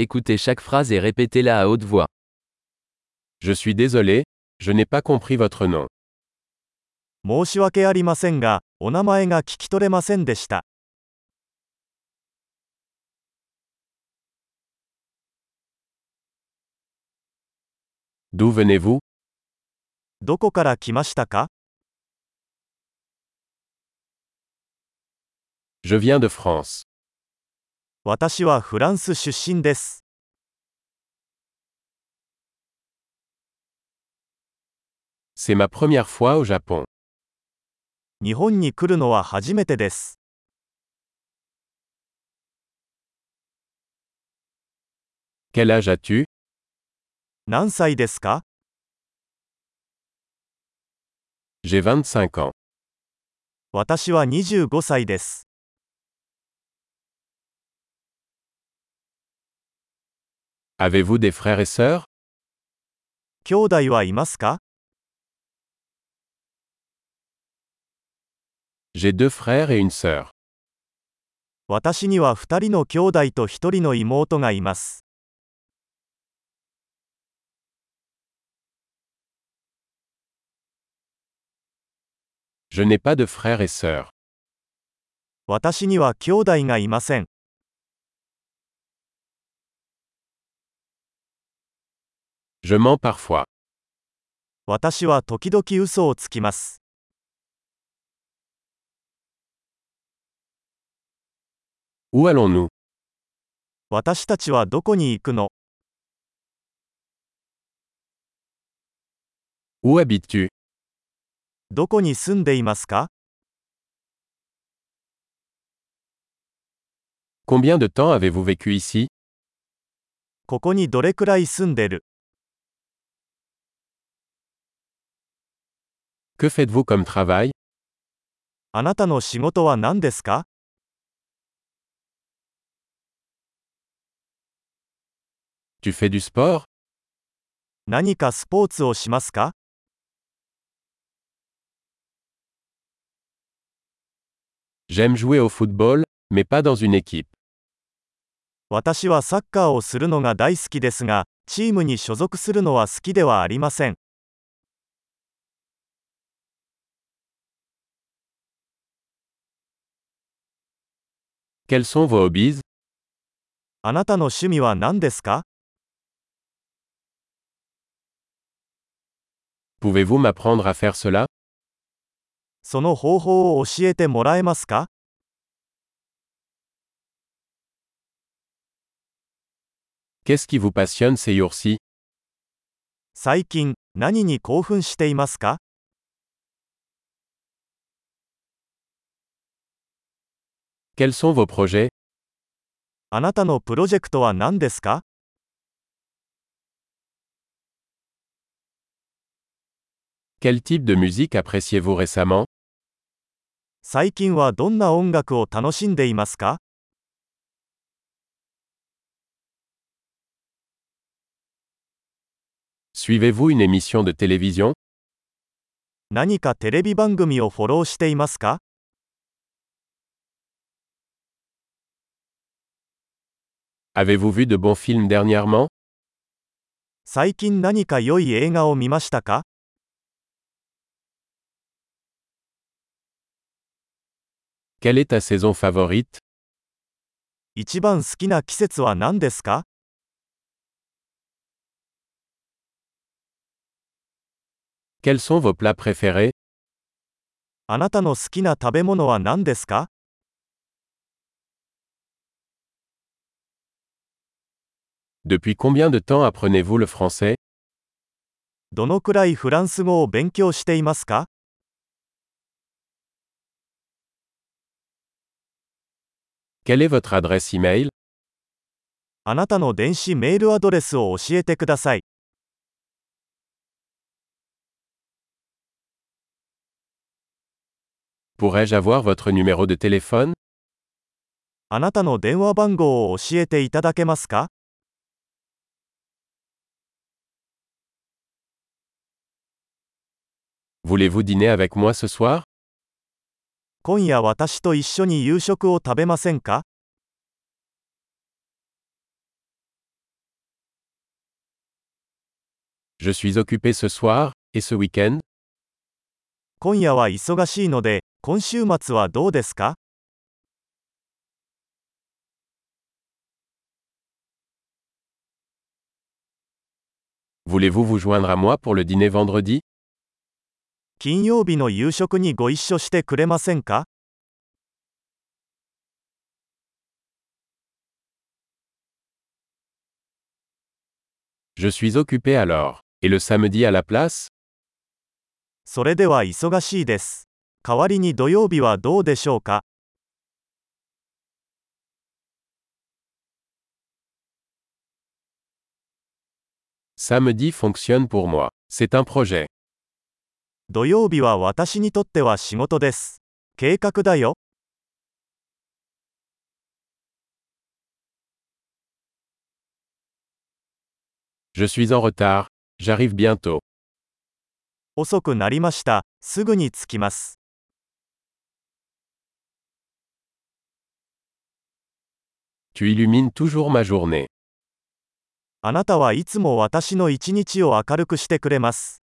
Écoutez chaque phrase et répétez-la à haute voix. Je suis désolé, je n'ai pas compris votre nom. 申し訳ありませんが、お名前が聞き取れませんでした。 D'où venez-vous どこから来ましたか Je viens de France. 私はフランス出身です。 C'est ma première fois au Japon. 日本に来るのは初めてです。 Quel âge as-tu 何歳ですか J'ai 25 ans. 私は25歳です。 Avez-vous des frères et sœurs 兄弟はいますか J'ai deux frères et une sœur. 私には2人の兄弟と1人の妹がいます。 Je n'ai pas de frères et sœurs. 私には兄弟がいません。 Je mens parfois. 私は時々嘘をつきます。 Où allons-nous 私たちはどこに行くの Où habites-tu どこに住んでいますか Combien de temps avez-vous vécu ici ここにどれくらい住んでる Que faites-vous comme travail あなたの仕事は何ですか Tu fais du sport 何かスポーツをしますか J'aime jouer au football, mais pas dans une équipe. 私はサッカーをするのが大好きですが、チームに所属するのは好きではありません。 Quels sont vos hobbies あなたの趣味は何ですか Pouvez-vous m'apprendre à faire cela その方法を教えてもらえますか Qu'est-ce qui vous passionne ces jours-ci 最近、何に興奮していますか Quels sont vos projets あなたのプロジェクトは何ですか Quel type de musique appréciez-vous récemment 最近はどんな音楽を楽しんでいますか Suivez-vous une émission de télévision 何かテレビ番組をフォローしていますか Avez-vous vu de bons films dernièrement 最近何か良い映画を見ましたか Quelle est ta saison favorite 一番好きな季節は何ですか Quels sont vos plats préférés あなたの好きな食べ物は何ですか Depuis combien de temps apprenez-vous le français どのくらいフランス語を勉強していますか Quelle est votre adresse e-mail あなたの電子メールアドレスを教えてください。 Pourrais-je avoir votre numéro de téléphone あなたの電話番号を教えていただけますか Voulez-vous dîner avec moi ce soir 今夜私と一緒に夕食を食べませんか Je suis occupé ce soir, et ce week-end 今夜は忙しいので、今週末はどうですか Voulez-vous vous joindre à moi pour le dîner vendredi 金曜日の夕食にご一緒してくれませんか Je suis occupé alors. Et le samedi à la place それでは忙しいです。代わりに土曜日はどうでしょうか Samedi fonctionne pour moi. C'est un projet. 土曜日は私にとっては仕事です。計画だよ。 Je suis en retard. J'arrive bientôt. 遅くなりました。すぐに着きます。 Tu illumines toujours ma journée. あなたはいつも私の一日を明るくしてくれます。